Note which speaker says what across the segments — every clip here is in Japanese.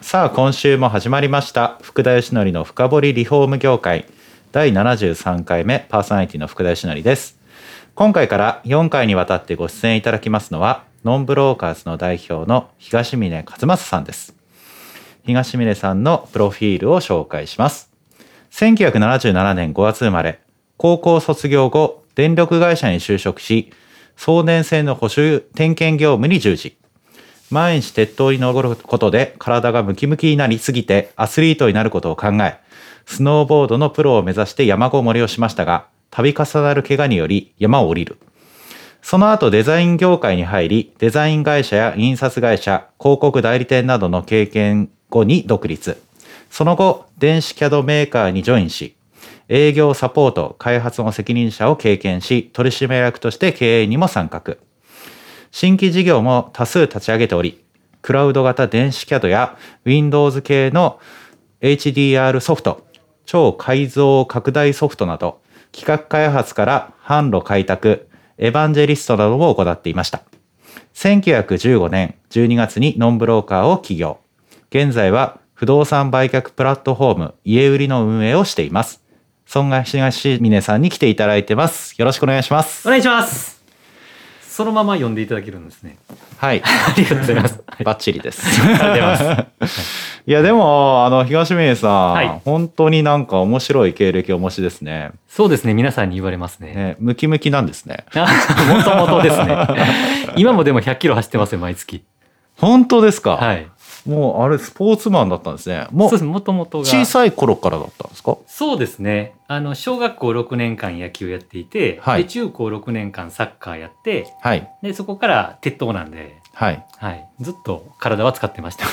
Speaker 1: さあ今週も始まりました福田義則の深掘りリフォーム業界第73回目パーソナリティの福田義則です今回から4回にわたってご出演いただきますのはノンブローカーズの代表の東峰勝正さんです東峰さんのプロフィールを紹介します1977年5月生まれ高校卒業後電力会社に就職し送電線の補修点検業務に従事毎日鉄塔に登ることで体がムキムキになりすぎてアスリートになることを考え、スノーボードのプロを目指して山ごもりをしましたが、度重なる怪我により山を降りる。その後デザイン業界に入り、デザイン会社や印刷会社、広告代理店などの経験後に独立。その後、電子 CAD メーカーにジョインし、営業サポート、開発の責任者を経験し、取締役として経営にも参画。新規事業も多数立ち上げており、クラウド型電子 CAD や Windows 系の HDR ソフト、超改造拡大ソフトなど、企画開発から販路開拓、エヴァンジェリストなども行っていました。1915年12月にノンブローカーを起業。現在は不動産売却プラットフォーム家売りの運営をしています。損害東峰さんに来ていただいてます。よろしくお願いします。
Speaker 2: お願いしますそのまま呼んでいただけるんですね
Speaker 1: はい。
Speaker 2: ありがとうございます
Speaker 1: バッチリです。
Speaker 2: 出ます
Speaker 1: いやでもあの東峰さん、
Speaker 2: はい
Speaker 1: 本当になんか面白い経歴をお持ちですね
Speaker 2: そうですね皆さんに言われます ね
Speaker 1: ねムキムキなんですね
Speaker 2: もともとですね 今もでも100キロ走ってますよ毎月
Speaker 1: 本当ですか、
Speaker 2: はい
Speaker 1: もうあれスポーツマンだったんですねも
Speaker 2: そう
Speaker 1: う
Speaker 2: ですもともとが
Speaker 1: 小さい頃からだったんですか
Speaker 2: そうですねあの小学校6年間野球やっていて、
Speaker 1: はい
Speaker 2: で中高6年間サッカーやって
Speaker 1: はい
Speaker 2: でそこから鉄塔なんで、
Speaker 1: はい
Speaker 2: はい、ずっと体 は使ってました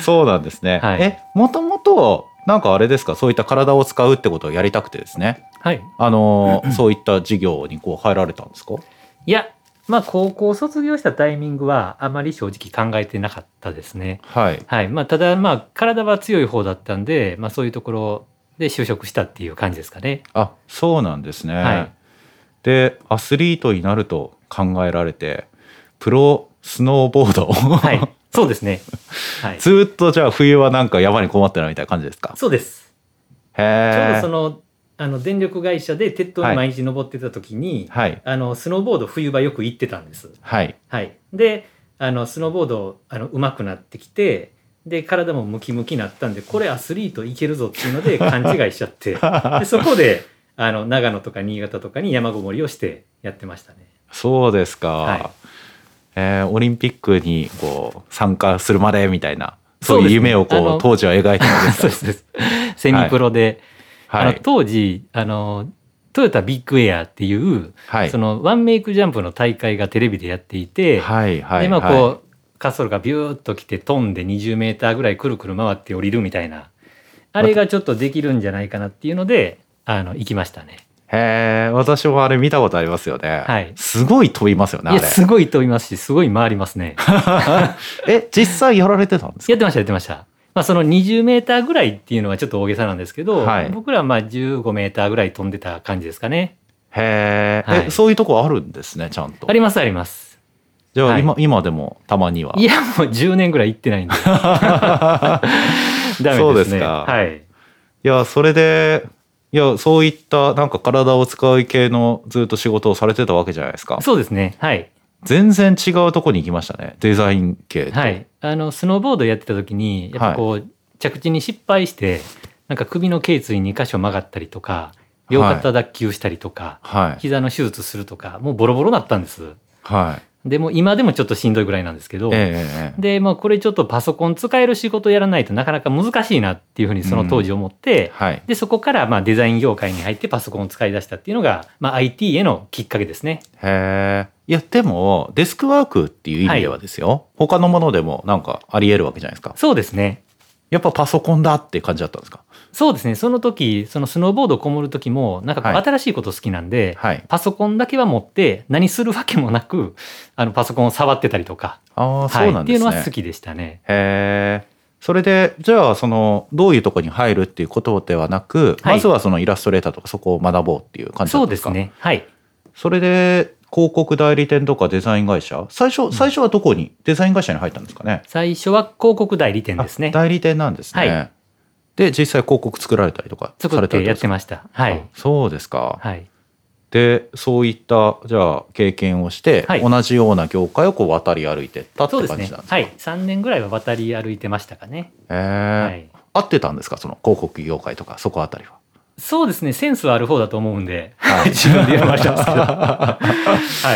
Speaker 1: そうなんですね、
Speaker 2: はい
Speaker 1: えもともとなんかあれですかそういった体を使うってことをやりたくてですね
Speaker 2: はい
Speaker 1: あ のーそういった事業にこう入られたんですか
Speaker 2: いやまあ高校卒業したタイミングはあまり正直考えてなかったですね
Speaker 1: はい
Speaker 2: はい。まあ、ただ、まあ、体は強い方だったんで、まあ、そういうところで就職したっていう感じです かね。
Speaker 1: あそうなんですね、
Speaker 2: はい
Speaker 1: でアスリートになると考えられてプロスノーボードを、
Speaker 2: はい。そうですね。は い。
Speaker 1: ずーっとじゃあ冬はなんか山に困ってるみたいな感じですか
Speaker 2: そうです。ちょう
Speaker 1: へ
Speaker 2: どそ
Speaker 1: え
Speaker 2: の、あの、電力会社で鉄塔
Speaker 1: は
Speaker 2: に
Speaker 1: い
Speaker 2: 毎日登ってた時に、
Speaker 1: はい
Speaker 2: あの、スノーボード冬場よく行ってたんです。
Speaker 1: はい
Speaker 2: はい。で、あの、スノーボード、あの、上手くなってきて、で、体もムキムキになったんで、これアスリートいけるぞっていうので勘違いしちゃ って、でそこで、あの、長野とか新潟とかに山ごもりをしてやってましたね。
Speaker 1: そうですか、
Speaker 2: はい
Speaker 1: えーオリンピックにこう参加するまでみたいな
Speaker 2: そ
Speaker 1: そうう
Speaker 2: です
Speaker 1: いう
Speaker 2: ね
Speaker 1: 夢をこ
Speaker 2: あ
Speaker 1: う
Speaker 2: の
Speaker 1: 当時は描いてたんです
Speaker 2: そうですそうです。セミプロで、
Speaker 1: は
Speaker 2: あの
Speaker 1: い
Speaker 2: 当時あのトヨタビッグエアっていう、
Speaker 1: はい
Speaker 2: そのワンメイクジャンプの大会がテレビでやっていて、
Speaker 1: はいはい
Speaker 2: でまあ
Speaker 1: はい
Speaker 2: こう、滑走路がビューッと来て飛んで20メーターぐらいくるくる回って降りるみたいなあれがちょっとできるんじゃないかなっていうのであの行きましたね。
Speaker 1: へえ私もあれ見たことありますよね、
Speaker 2: はい
Speaker 1: すごい飛びますよね
Speaker 2: い
Speaker 1: あ
Speaker 2: や
Speaker 1: れ
Speaker 2: すごい飛びますしすごい回ります ね。
Speaker 1: え実際やられてたんですか
Speaker 2: やってましたやってました。まあ、その20メーターぐらいっていうのはちょっと大げさなんですけど、
Speaker 1: はい
Speaker 2: 僕らはまあ15メーターぐらい飛んでた感じですかね。
Speaker 1: へーえ、
Speaker 2: はい
Speaker 1: そういうとこあるんですねちゃんと
Speaker 2: ありますあります。
Speaker 1: じゃあ
Speaker 2: はい
Speaker 1: 今,、今でもたまにはい
Speaker 2: や、もう10年ぐらい行っ てないんで。ダメですね。
Speaker 1: そうですか
Speaker 2: はい。
Speaker 1: いやそれでいやそういったなんか体を使う系のずっと仕事をされてたわけじゃないですか
Speaker 2: そうですね。はい。
Speaker 1: 全然違うとこに行きましたねデザイン系と
Speaker 2: はい。あの、スノーボードやってた時に、やっぱこう、着地に失敗して、なんか首の頸椎2箇所曲がったりとか、両肩脱臼したりとか、
Speaker 1: はい
Speaker 2: 膝の手術するとか、もうボロボロだったんです。
Speaker 1: はい
Speaker 2: でも今でもちょっとしんどいぐらいなんですけど、
Speaker 1: えええ
Speaker 2: で、まあ、これちょっとパソコン使える仕事やらないとなかなか難しいなっていうふうにその当時思って、
Speaker 1: えはい
Speaker 2: でそこからまあデザイン業界に入ってパソコンを使い出したっていうのが、まあ、IT へのきっかけですね。
Speaker 1: へえいやでもデスクワークっていう意味ではですよ、他のものでもなんかありえるわけじゃないですか
Speaker 2: そうですね。
Speaker 1: やっぱパソコンだって感じだったんですか
Speaker 2: そうですね。その時、そのスノーボードこもる時も、なんかこう
Speaker 1: はい
Speaker 2: 新しいこと好きなんで、
Speaker 1: はい
Speaker 2: パソコンだけは持って何するわけもなく、あのパソコンを触ってたりとか、
Speaker 1: ああ
Speaker 2: は
Speaker 1: そ
Speaker 2: いう
Speaker 1: なん
Speaker 2: って
Speaker 1: で
Speaker 2: い
Speaker 1: す
Speaker 2: う
Speaker 1: ね、
Speaker 2: のは好きでしたね。
Speaker 1: へえ。それでじゃあそのどういうとこに入るっていうことではなく、
Speaker 2: はい
Speaker 1: まずはそのイラストレーターとかそこを学ぼうっていう感じだった
Speaker 2: そう
Speaker 1: で
Speaker 2: んですす
Speaker 1: か。
Speaker 2: ね。はい。
Speaker 1: それで広告代理店とかデザイン会社最初最初はどこに、デザイン会社に入ったんですかね。
Speaker 2: 最初は広告代理店です
Speaker 1: あ
Speaker 2: ね。
Speaker 1: 代理店なんですね。
Speaker 2: はい
Speaker 1: で実際広告作られたりとかさ
Speaker 2: 作っ
Speaker 1: れた
Speaker 2: て
Speaker 1: り
Speaker 2: や
Speaker 1: と
Speaker 2: っ
Speaker 1: か。
Speaker 2: てました。はい
Speaker 1: あ。そうですか、
Speaker 2: はい。
Speaker 1: でそういったじゃあ経験をして、
Speaker 2: はい
Speaker 1: 同じような業界をこう渡り歩いてったって
Speaker 2: そう
Speaker 1: 感
Speaker 2: で
Speaker 1: じなん
Speaker 2: す
Speaker 1: で
Speaker 2: ね。
Speaker 1: すか
Speaker 2: はい。3年ぐらいは渡り歩いてましたかね。
Speaker 1: へえ
Speaker 2: はい。
Speaker 1: 合ってたんですかその広告業界とかそこあたりは。
Speaker 2: そうですね。センスはある方だと思うんで、
Speaker 1: はい
Speaker 2: 自分で言われたんで す けど。は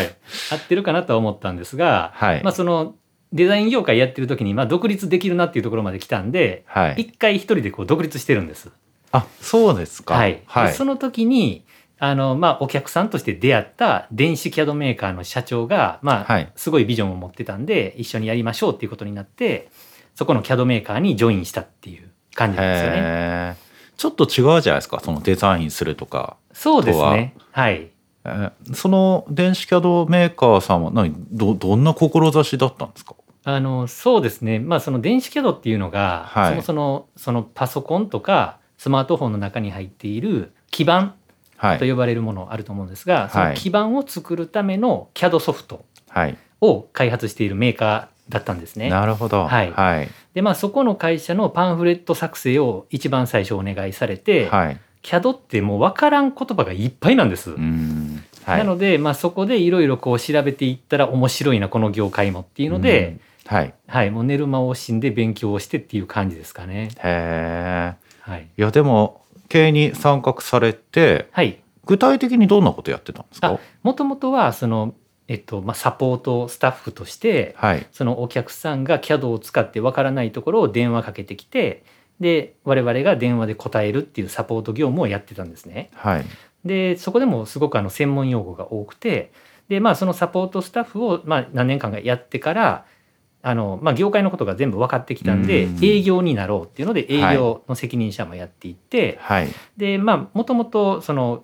Speaker 2: い。合ってるかなとは思ったんですが、
Speaker 1: はい
Speaker 2: まあその、デザイン業界やってる時に、まあ独立できるなっていうところまで来たんで、
Speaker 1: はい。
Speaker 2: 一回一人でこう独立してるんです。
Speaker 1: あ、そうですか。
Speaker 2: はい。
Speaker 1: はい。
Speaker 2: でその時に、あの、まあ、お客さんとして出会った電子 CAD メーカーの社長が、まあ、
Speaker 1: はい
Speaker 2: すごいビジョンを持ってたんで、一緒にやりましょうっていうことになって、そこの CAD メーカーにジョインしたっていう感じなんですよね。
Speaker 1: へーちょっと違うじゃないですか。そのデザインするとか。
Speaker 2: そうですね。はい。
Speaker 1: えーその電子キャドメーカーさんは何どどんな志だったんですか
Speaker 2: あの、そうですね。まあ、その電子 CAD っていうのが、
Speaker 1: はい
Speaker 2: そもそも、そのパソコンとか、スマートフォンの中に入っている基板
Speaker 1: は
Speaker 2: と
Speaker 1: い。
Speaker 2: 呼ばれるものあると思うんですが、そ
Speaker 1: は
Speaker 2: の
Speaker 1: い
Speaker 2: 基板を作るための CAD ソフト
Speaker 1: はい。
Speaker 2: を開発しているメーカーだったんですね。
Speaker 1: なるほど。
Speaker 2: はい
Speaker 1: はい。
Speaker 2: でまあそこの会社のパンフレット作成を一番最初お願いされて、
Speaker 1: はい。
Speaker 2: CAD ってもう分からん言葉がいっぱいなんです。
Speaker 1: うーん。はい。
Speaker 2: なので、まあ、そこでいろいろこう調べていったら面白いなこの業界もっていうので、
Speaker 1: うん、はい。
Speaker 2: はい、もう寝る間を惜しんで勉強をしてっていう感じですかね。
Speaker 1: へえ。
Speaker 2: はい、
Speaker 1: いや、でも、経営に参画されて、
Speaker 2: はい、
Speaker 1: 具体的にどんなことやってたんですか
Speaker 2: あもともとはその、えっとまあ、サポートスタッフとして、
Speaker 1: はい。
Speaker 2: そのお客さんが CAD を使ってわからないところを電話かけてきてで我々が電話で答えるっていうサポート業務をやってたんですね。
Speaker 1: はい。
Speaker 2: でそこでもすごくあの専門用語が多くてで、まあ、そのサポートスタッフを、まあ、何年間かやってからあの、まあ、業界のことが全部分かってきたんで
Speaker 1: うん
Speaker 2: 営業になろうっていうので営業の責任者もやっていって、
Speaker 1: はい。
Speaker 2: でまあもともとその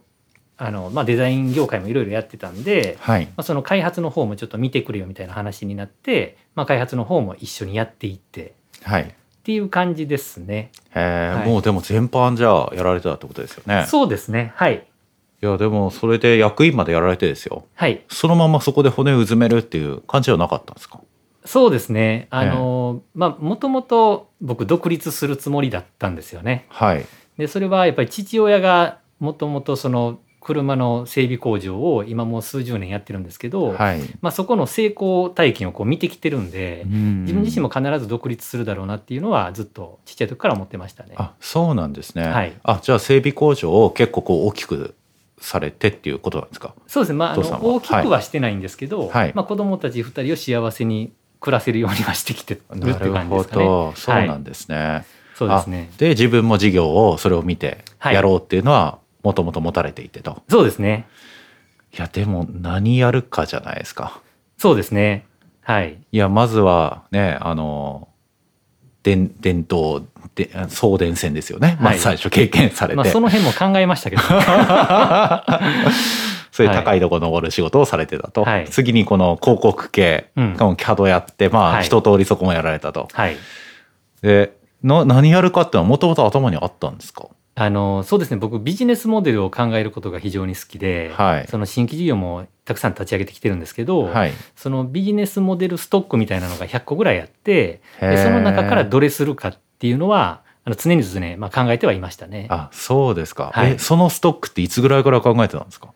Speaker 2: あの、まあ、デザイン業界もいろいろやってたんで、
Speaker 1: はい。
Speaker 2: まあ、その開発の方もちょっと見てくれよみたいな話になって、まあ、開発の方も一緒にやっていって
Speaker 1: はい。
Speaker 2: っていう感じですね。
Speaker 1: えー
Speaker 2: はい
Speaker 1: もうでも全般じゃあやられてたってことですよね。
Speaker 2: そうですねはい、
Speaker 1: いやでもそれで役員までやられてですよ。
Speaker 2: はい、
Speaker 1: そのままそこで骨うずめるっていう感じはなかったんですか。
Speaker 2: そうですね。あの、まあ、もともと僕独立するつもりだったんですよね。
Speaker 1: はい
Speaker 2: で、それはやっぱり父親がもともとその車の整備工場を今もう数十年やってるんですけど、
Speaker 1: はい。
Speaker 2: まあ、そこの成功体験をこう見てきてるんで、
Speaker 1: 自
Speaker 2: 自分自身も必ず独立するだろうなっていうのはずっとちっちゃい時から思ってましたね。
Speaker 1: あそうなんですね。
Speaker 2: はい
Speaker 1: あじゃあ整備工場を結構こう大きくされてっていうことなんですか。
Speaker 2: そうですね。まあ、あ
Speaker 1: お父さん
Speaker 2: の
Speaker 1: は
Speaker 2: 大きくはしてないんですけど、
Speaker 1: はい
Speaker 2: まあ、子供たち二人を幸せに暮らせるようにはしてきてるってい
Speaker 1: なる
Speaker 2: う感じで
Speaker 1: ほ
Speaker 2: すかね。
Speaker 1: ど、そうなんですね。
Speaker 2: そうですね。
Speaker 1: で自分も事業をそれを見て
Speaker 2: はい
Speaker 1: やろうっていうのはもともと持たれていてと。い
Speaker 2: そうですね。
Speaker 1: やでも何やるかじゃないですか。
Speaker 2: そうですね。はい。
Speaker 1: いや、まずはね、あの、伝伝統で、あ送電線ですよね。ま
Speaker 2: は
Speaker 1: あ、
Speaker 2: い
Speaker 1: 最初経験されて、
Speaker 2: まあ、その辺も考えましたけど、は
Speaker 1: そういう高いとこ登る仕事をされてたと。
Speaker 2: はい
Speaker 1: 次にこの広告系、
Speaker 2: うん
Speaker 1: しかも CAD やって、ま
Speaker 2: は
Speaker 1: あ、
Speaker 2: い
Speaker 1: 一通りそこもやられたと。
Speaker 2: い、
Speaker 1: でな、何やるかってのはもともと頭にあったんですか
Speaker 2: あのそうですね僕ビジネスモデルを考えることが非常に好きで、
Speaker 1: はい
Speaker 2: その新規事業もたくさん立ち上げてきてるんですけど、
Speaker 1: はい。
Speaker 2: そのビジネスモデルストックみたいなのが100個ぐらいあって
Speaker 1: へ
Speaker 2: で
Speaker 1: ー
Speaker 2: その中からどれするかっていうのはあの常にですね、まあ、考えてはいましたね。
Speaker 1: あ、そうですか、
Speaker 2: はい
Speaker 1: え、そのストックっていつぐらいから考えてたんですか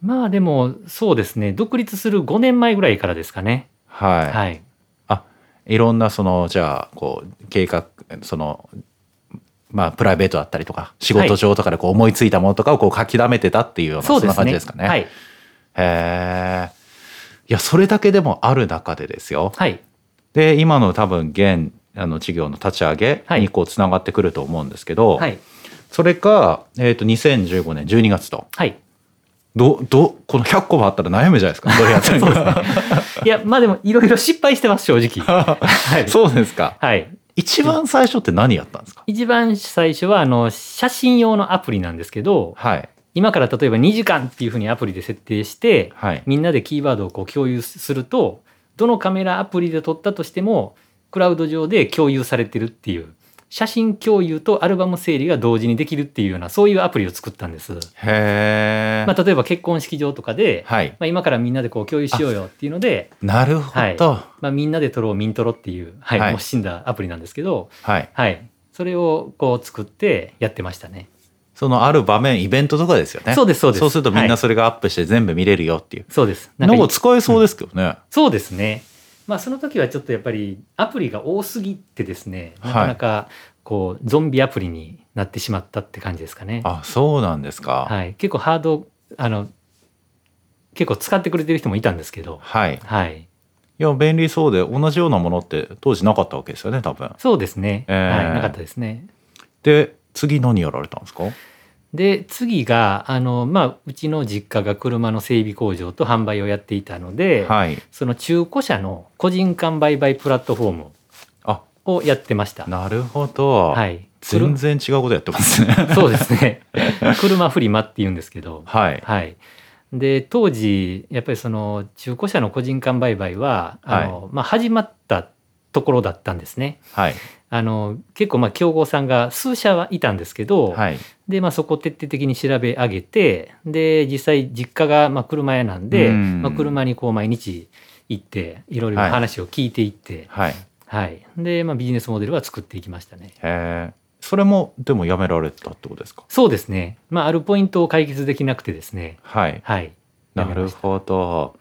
Speaker 2: まあでもそうですね独立する5年前ぐらいからですかね。
Speaker 1: はい。
Speaker 2: はい、
Speaker 1: あいろんなそのじゃあこう計画そのまあプライベートだったりとか仕事上とかでこう思いついたものとかをこう書き溜めてたっていうような、
Speaker 2: そう
Speaker 1: そん
Speaker 2: で
Speaker 1: な
Speaker 2: す
Speaker 1: 感じ
Speaker 2: ね
Speaker 1: ですかね。
Speaker 2: は
Speaker 1: へ
Speaker 2: い、
Speaker 1: え。いやそれだけでもある中でですよ
Speaker 2: はい
Speaker 1: で今の多分現あの事業の立ち上げ
Speaker 2: はい
Speaker 1: にこうつながってくると思うんですけど、
Speaker 2: はい
Speaker 1: それか、えー、と2015年12月と
Speaker 2: はい
Speaker 1: どどこの100個もあったら悩むじゃない ですかとりあえず
Speaker 2: そうですねいやまあでもいろいろ失敗してます正 直はい
Speaker 1: そうですか
Speaker 2: はい
Speaker 1: 一番最初って何やったんですか
Speaker 2: 一番最初はあの写真用のアプリなんですけど
Speaker 1: はい
Speaker 2: 今から例えば2時間っていうふうにアプリで設定して
Speaker 1: はい
Speaker 2: みんなでキーワードをこう共有するとどのカメラアプリで撮ったとしてもクラウド上で共有されてるっていう写真共有とアルバム整理が同時にできるっていうようなそういうアプリを作ったんです、
Speaker 1: へえ、
Speaker 2: まあ、例えば結婚式場とかで、
Speaker 1: はい
Speaker 2: まあ、今からみんなでこう共有しようよっていうので
Speaker 1: なるほど
Speaker 2: まあ、みんなで撮ろうミントロっていう、はい
Speaker 1: はい
Speaker 2: もう死んだアプリなんですけど、
Speaker 1: はい
Speaker 2: はい、それをこう作ってやってましたね
Speaker 1: そのある場面イベントとかですよね
Speaker 2: そう
Speaker 1: で
Speaker 2: ですそうです
Speaker 1: そうするとみん
Speaker 2: は
Speaker 1: ないそれがアップして全部見れるよっていう
Speaker 2: そうですなんか
Speaker 1: のを使えそうですけどね、
Speaker 2: そうですね。まあその時はちょっとやっぱりアプリが多すぎてですね、
Speaker 1: はい
Speaker 2: なかなかこうゾンビアプリになってしまったって感じですかね。
Speaker 1: あそうなんですか
Speaker 2: はい、結構ハードあの結構使ってくれてる人もいたんですけど、
Speaker 1: はい、い、
Speaker 2: はい、
Speaker 1: や便利そうで同じようなものって当時なかったわけですよね多分
Speaker 2: そうですね、
Speaker 1: えー
Speaker 2: はい、なかったですね。
Speaker 1: で次何やられたんですか
Speaker 2: で次があの、まあ、うちの実家が車の整備工場と販売をやっていたので、
Speaker 1: はい
Speaker 2: その中古車の個人間売買プラットフォーム
Speaker 1: あ
Speaker 2: をやってました。
Speaker 1: なるほど、
Speaker 2: はい、
Speaker 1: 全然違うことやってます ね
Speaker 2: そうですね車フリマって言うんですけど、
Speaker 1: はい
Speaker 2: はい、で当時やっぱりその中古車の個人間売買はあの、まあ、始まったところだったんですね。
Speaker 1: はい
Speaker 2: あの結構まあ競合さんが数社はいたんですけど、
Speaker 1: はい
Speaker 2: でまあ、そこを徹底的に調べ上げてで実際実家がまあ車屋なんで、
Speaker 1: うん
Speaker 2: まあ、車にこう毎日行っていろいろ話を聞いていって、
Speaker 1: はいへ
Speaker 2: はいでまあ、ビジネスモデルは作っていきましたね。
Speaker 1: えそれもでもやめられたってことですか
Speaker 2: そうですね。まあ、あるポイントを解決できなくてですね。
Speaker 1: はい
Speaker 2: はい。や
Speaker 1: な
Speaker 2: めま
Speaker 1: る
Speaker 2: した
Speaker 1: ほど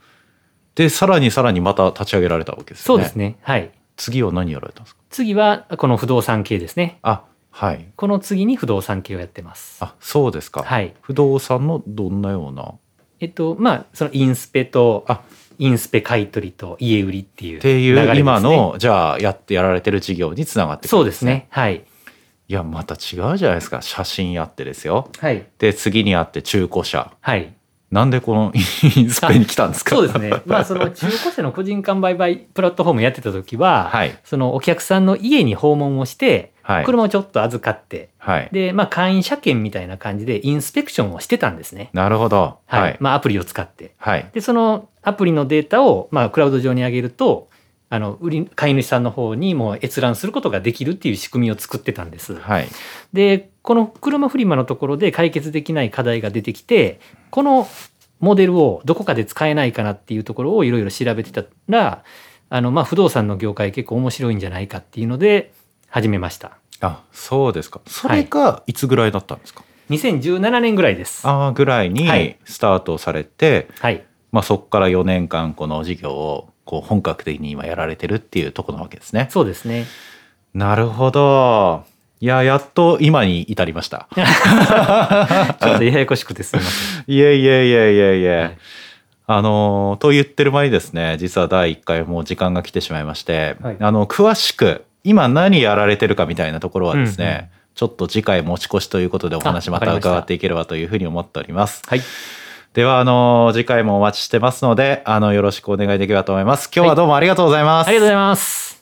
Speaker 1: でさらにさらにまた立ち上げられたわけですね
Speaker 2: そうですね。はい。
Speaker 1: 次は何やられたんですか
Speaker 2: 次は、この不動産系ですね。
Speaker 1: あはい
Speaker 2: この次に不動産系をやってます。
Speaker 1: あそうですか、
Speaker 2: はい。
Speaker 1: 不動産のどんなような
Speaker 2: えっと、まあ、そのインスペと
Speaker 1: あ、
Speaker 2: インスペ買取と家売りっていう
Speaker 1: っ
Speaker 2: 流れ
Speaker 1: て
Speaker 2: です、
Speaker 1: い
Speaker 2: ね。
Speaker 1: う今のじゃあやってやられてる事業につながってくる
Speaker 2: そうですね。はい。
Speaker 1: いやまた違うじゃないですか写真やってですよ
Speaker 2: はい。
Speaker 1: で次にあって中古車
Speaker 2: はい。
Speaker 1: なんでこのインスペに来たんですか
Speaker 2: そうですね。まあ、その中古車の個人間売買プラットフォームやってた時は、
Speaker 1: はい
Speaker 2: そのお客さんの家に訪問をして、
Speaker 1: はい
Speaker 2: 車をちょっと預かって、
Speaker 1: はい
Speaker 2: で、まあ、会員車検みたいな感じでインスペクションをしてたんですね。
Speaker 1: なるほど
Speaker 2: はい。
Speaker 1: はい
Speaker 2: まあ、アプリを使って。
Speaker 1: はい
Speaker 2: で、そのアプリのデータを、まあ、クラウド上に上げると、あの、売り、買い主さんの方にもう閲覧することができるっていう仕組みを作ってたんです。
Speaker 1: はい
Speaker 2: で、この車フリマのところで解決できない課題が出てきて、このモデルをどこかで使えないかなっていうところをいろいろ調べてたら、あの、まあ、不動産の業界結構面白いんじゃないかっていうので、始めました。
Speaker 1: あそうですかそれがいつぐらいだったんですか、
Speaker 2: 2017年ぐらいです。
Speaker 1: ああぐらい
Speaker 2: は
Speaker 1: に
Speaker 2: い
Speaker 1: スタートされて、
Speaker 2: はい。
Speaker 1: まあ、そこから4年間この事業をこう本格的に今やられてるっていうところなわけですね。
Speaker 2: そうですね。
Speaker 1: なるほど。いややっと今に至りました。
Speaker 2: ちょっとややこしくてすみません。
Speaker 1: いえいえいえいえいえ。
Speaker 2: はい
Speaker 1: あのーと言ってる前にですね実は第1回もう時間が来てしまいまして、
Speaker 2: はい
Speaker 1: あの詳しく今何やられてるかみたいなところはですね、
Speaker 2: うん
Speaker 1: ちょっと次回持ち越しということでお話
Speaker 2: あ
Speaker 1: ま
Speaker 2: わかり
Speaker 1: た
Speaker 2: ました
Speaker 1: 伺っていければというふうに思っております。
Speaker 2: はい。
Speaker 1: ではあのー次回もお待ちしてますのであのよろしくお願いできればと思います。今日はどうもありがとうございます。
Speaker 2: ありがとうございます。